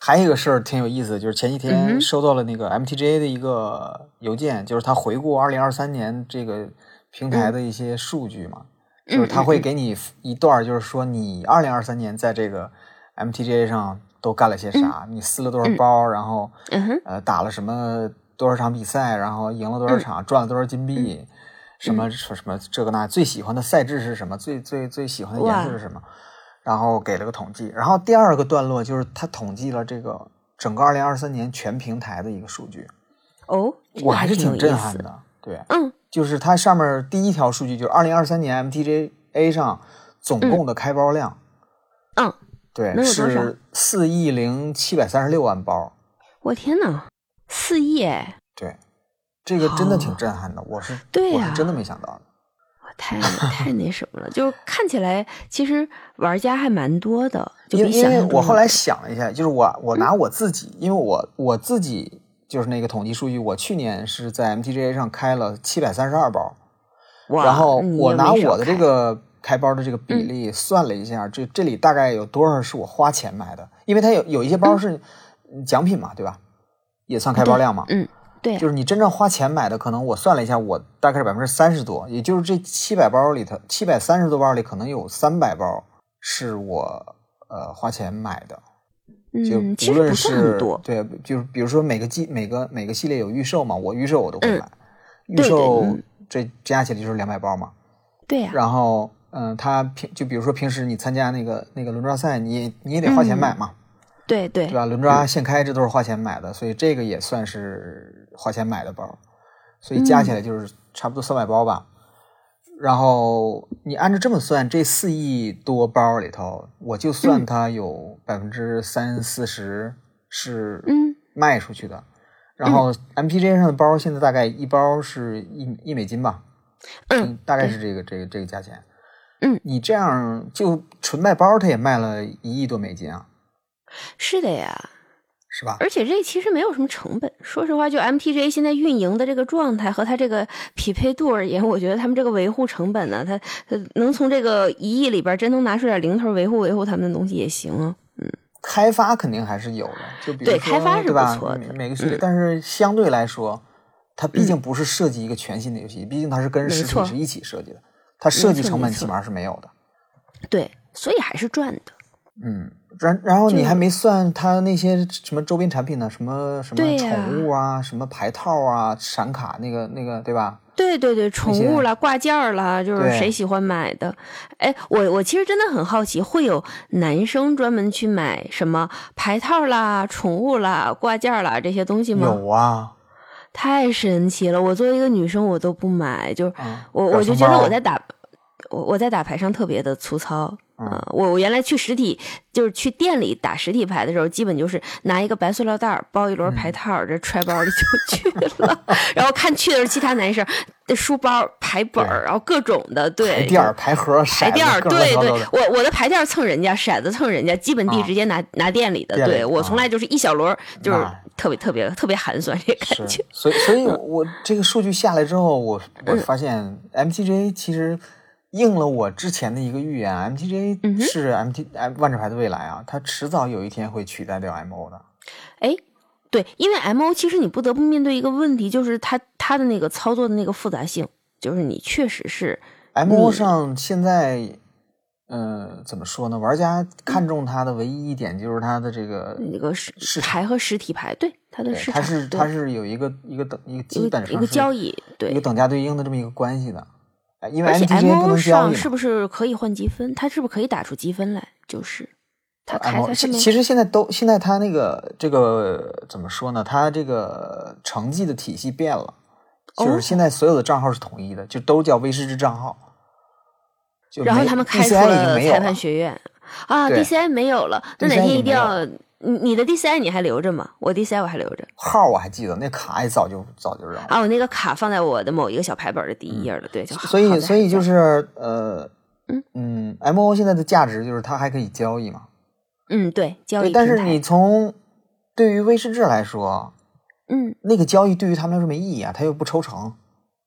还有一个事儿挺有意思的，就是前几嗯天哼收到了那个 MTGA 的一个邮件，就是他回顾二零二三年这个平台的一些数据嘛，嗯就是他会给你一段儿，就是说你二零二三年在这个 MTGA 上都干了些啥，你撕了多少包，然后嗯哼，嗯呃打了什么多少场比赛，然后赢了多少场，赚了多少金币。什么说什么这个那最喜欢的赛制是什么？最最最喜欢的哇颜色是什么？然后给了个统计。然后第二个段落就是他统计了这个整个二零二三年全平台的一个数据，哦，这我个还是挺有意震撼思。的。对，嗯，就是它上面第一条数据就是二零二三年 MTGA 上总共的开包量，嗯，对，能有多少是四亿零七百三十六万包。我天呐，四亿哎，对，这个真的挺哦震撼的，我是对啊我呀是真的没想到的。我 太太那什么了，就是看起来其实玩家还蛮多的，就因为比因想为象中我后的来想了一下，就是我我拿我自己，因为我我自己就是那个统计数据，我去年是在 MTGA 上开了七百三十二包，哇嗯然后你我也拿没少嗯我的这看个开包的这个比例算了一下，这这里大概有多少是我花钱买的？因为它有有一些包是奖品嘛，对吧？也算开包量嘛。嗯嗯，对呀，就是你真正花钱买的，可能我算了一下，我大概是百分之三十多，也就是这七百包里头，七百三十多包里，可能有三百包是我呃花钱买的。就嗯，其无实论不算是很多，对，就是比如说每个季每个每个系列有预售嘛，我预售我都会嗯买，预对对售嗯这加起来就是两百包嘛。对啊呀，然后嗯，他平就比如说平时你参加那个那个轮抓赛，你也你也得花嗯钱买嘛，对对对吧？轮抓现开这都是花钱买的，所以这个也算是花钱买的包，所以加起来嗯就是差不多三百包吧。然后你按照这么算，这四亿多包里头，我就嗯算它有百分之三四十是嗯卖出去的。然后 MPJ 上的包现在大概一包是一一美金吧，嗯，大概是这个这个这个价钱。嗯，你这样就纯卖包，它也卖了一亿多美金啊，是的呀。是吧？而且这其实没有什么成本。说实话，就 MTJ 现在运营的这个状态和它这个匹配度而言，我觉得他们这个维护成本呢，它它能从这个一亿里边真能拿出点零头维护维护他们的东西也行啊。开发肯定还是有的，就比如对说开发是对吧不错的每每个系列，但是相对来说，它毕竟不是设计一个全新的游戏，毕竟它是跟实没体错是一起设计的，它设计没错成本没错起码是没有的。对，所以还是赚的。嗯，然然后你就还没算它那些什么周边产品呢，什么什么对呀宠物啊，什么牌套啊、闪卡那个那个，对吧？对对对，宠些物啦、挂件儿啦，就是对谁喜欢买的？哎，我我其实真的很好奇，会有男生专门去买什么牌套啦、宠物啦、挂件儿啦这些东西吗？有啊，太神奇了！我作为一个女生，我都不买，就是啊，我表我就情觉得包我在打我我在打牌上特别的粗糙。嗯啊，我我原来去实体就是去店里打实体牌的时候，基本就是拿一个白塑料袋儿包一嗯摞牌套儿，这揣包里就去 了，然后看去的是其他男生的书包、牌本儿，然后各种的，牌对，垫儿、牌盒、牌骰垫儿，子，各种乱对七八对糟的，。我我的牌垫儿蹭人家，骰子蹭人家，基本地啊直接拿、拿店里的，店里对的我啊从来就是一小摞儿，就是那特别特别特别寒酸这感觉是，，所以所以我，我这个数据下来之后，我嗯我发现 MTJ 其实应了我之前的一个预言啊嗯，MTJ 哼是 MT、M 哎万智牌的未来啊，它迟早有一天会取代掉 MO 的。哎，对，因为 M O 其实你不得不面对一个问题，就是它它的那个操作的那个复杂性，就是你确实是 MO 上现在，呃，怎么说呢？玩家看中它的唯一一点就是它的这个，那个实市场牌和实体牌，对它的对市它场，是对它是有一个一个等一个基一本个上一个是交易，一个对。等价对应的这么一个关系的，哎因为而且 MTJ 不 M O 能交上易嘛是。不是可以换积分？它是不是可以打出积分来？就是它开呃 M 啊它上其面其实现在都现在它那个这个怎么说呢？它这个成绩的体系变了，哦就是现在所有的账号是统一的，就都叫威士忌账号。就然后没，E 他们开出 DCI 已经了没有裁了判，学院啊对，DCI 没有了，那哪 DCI 天一已经定没有要你你的 DCI 你还留着吗？我 DCI 我还留着号我还记得，那卡也早就早就扔了。啊，我那个卡放在我的某一个小牌本的第一页了，对，就好所好以在所还以在就是呃嗯嗯，M O 现在的价值就是它还可以交易嘛。嗯，对，交易对，平台。但是你从对于威士忌来说，嗯，那个交易对于他们来说没意义啊，他又不抽成。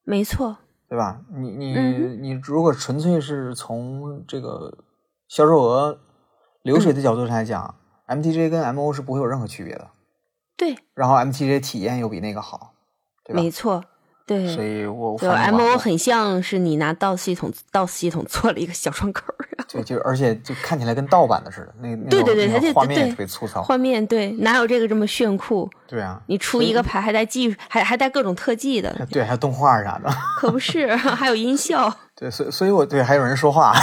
没错，对吧？你你、嗯你如果嗯纯粹是从这个销售额流水的角度上来讲， MTJ 跟 MO 是不会有任何区别的。对，然后 MTJ 体验又比那个好，对吧？没错，对。所以我就反正 M 我 O 很像是你拿 DOS 系统 DOS 系统做了一个小窗口儿，对，就而且就看起来跟盗版的似的，那那对种对对那它种就画面也对特别粗糙，画面对，哪有这个这么炫酷？对啊，你出一个牌还带技术，还还带各种特技的，对，还有动画啥的，可不是， 还有音效。对，所以所以我对还有人说话，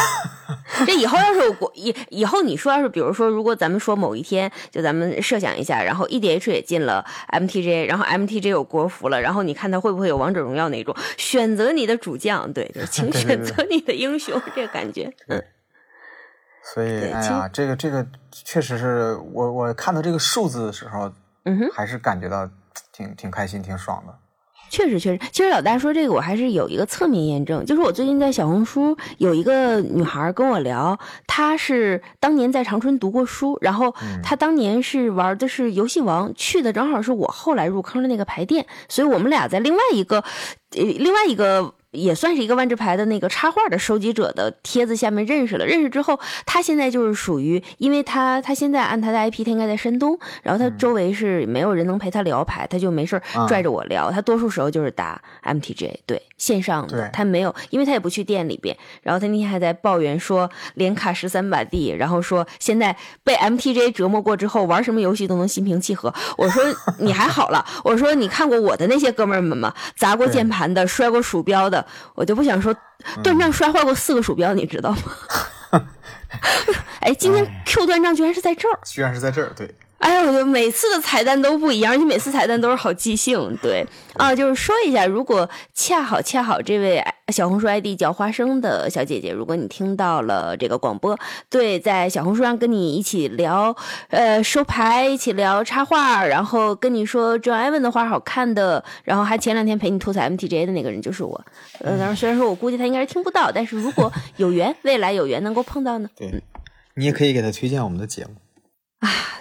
这以后要是我国以以后你说要是比如说，如果咱们说某一天，就咱们设想一下，然后 EDH 也进了 MTJ，然后 MTJ 有国服了，然后你看他会不会有王者荣耀那种？选择你的主将，对， 就是请对对选对择你的英雄，这个感觉。对，所以对哎其呀，这个这个确实是我我看到这个数字的时候，嗯哼。还是感觉到挺挺开心、挺爽的。确实，确实，其实老大说这个，我还是有一个侧面验证，就是我最近在小红书有一个女孩跟我聊，她是当年在长春读过书，然后她当年是玩的是游戏王，去的正好是我后来入坑的那个牌店，所以我们俩在另外一个，呃，另外一个。也算是一个万智牌的那个插画的收集者的帖子下面认识了，认识之后，她现在就是属于，因为她她现在按她的 IP，她应该在山东，然后她周围是没有人能陪她聊牌，她就没事儿嗯啊拽着我聊，她多数时候就是打 MTJ，对线上的对，她没有，因为她也不去店里边，然后她那天还在抱怨说连卡十三把地，然后说现在被 MTJ 折磨过之后，玩什么游戏都能心平气和。我说你还好了，我说你看过我的那些哥们儿们吗？砸过对嗯键盘的，摔过鼠标的，我就不想说，断账摔坏过四个鼠标，你知道吗？ 哎，今天 Q 断账居然是在这儿。居然是在这儿，对，哎呀，我觉得每次的彩蛋都不一样，而且每次彩蛋都是好记性。对啊，就是说一下，如果恰好恰好这位小红书 ID 叫花生的小姐姐，如果你听到了这个广播，对，在小红书上跟你一起聊，呃，收牌，一起聊插画，然后跟你说 John Evan 的画好看的，然后还前两天陪你吐槽 MTJ 的那个人就是我。呃，当然虽然说我估计他应该是听不到，但是如果有缘，未来有缘能够碰到呢，对，你也可以给他推荐我们的节目，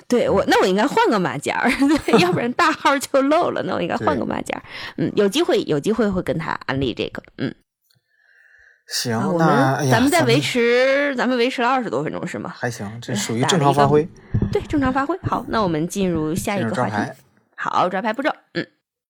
对我，那我应该换个马甲儿， 对，要不然大号就漏了。那我应该换个马甲儿。嗯，有机会，有机会会跟他安利这个。嗯，行啊，我那哎们呀，咱们再维持，咱们维持了二十多分钟是吗？还行，这属于打了正常一个发挥，对，正常发挥。好，那我们进入下一进入个招话题牌。。好，抓拍步骤。嗯，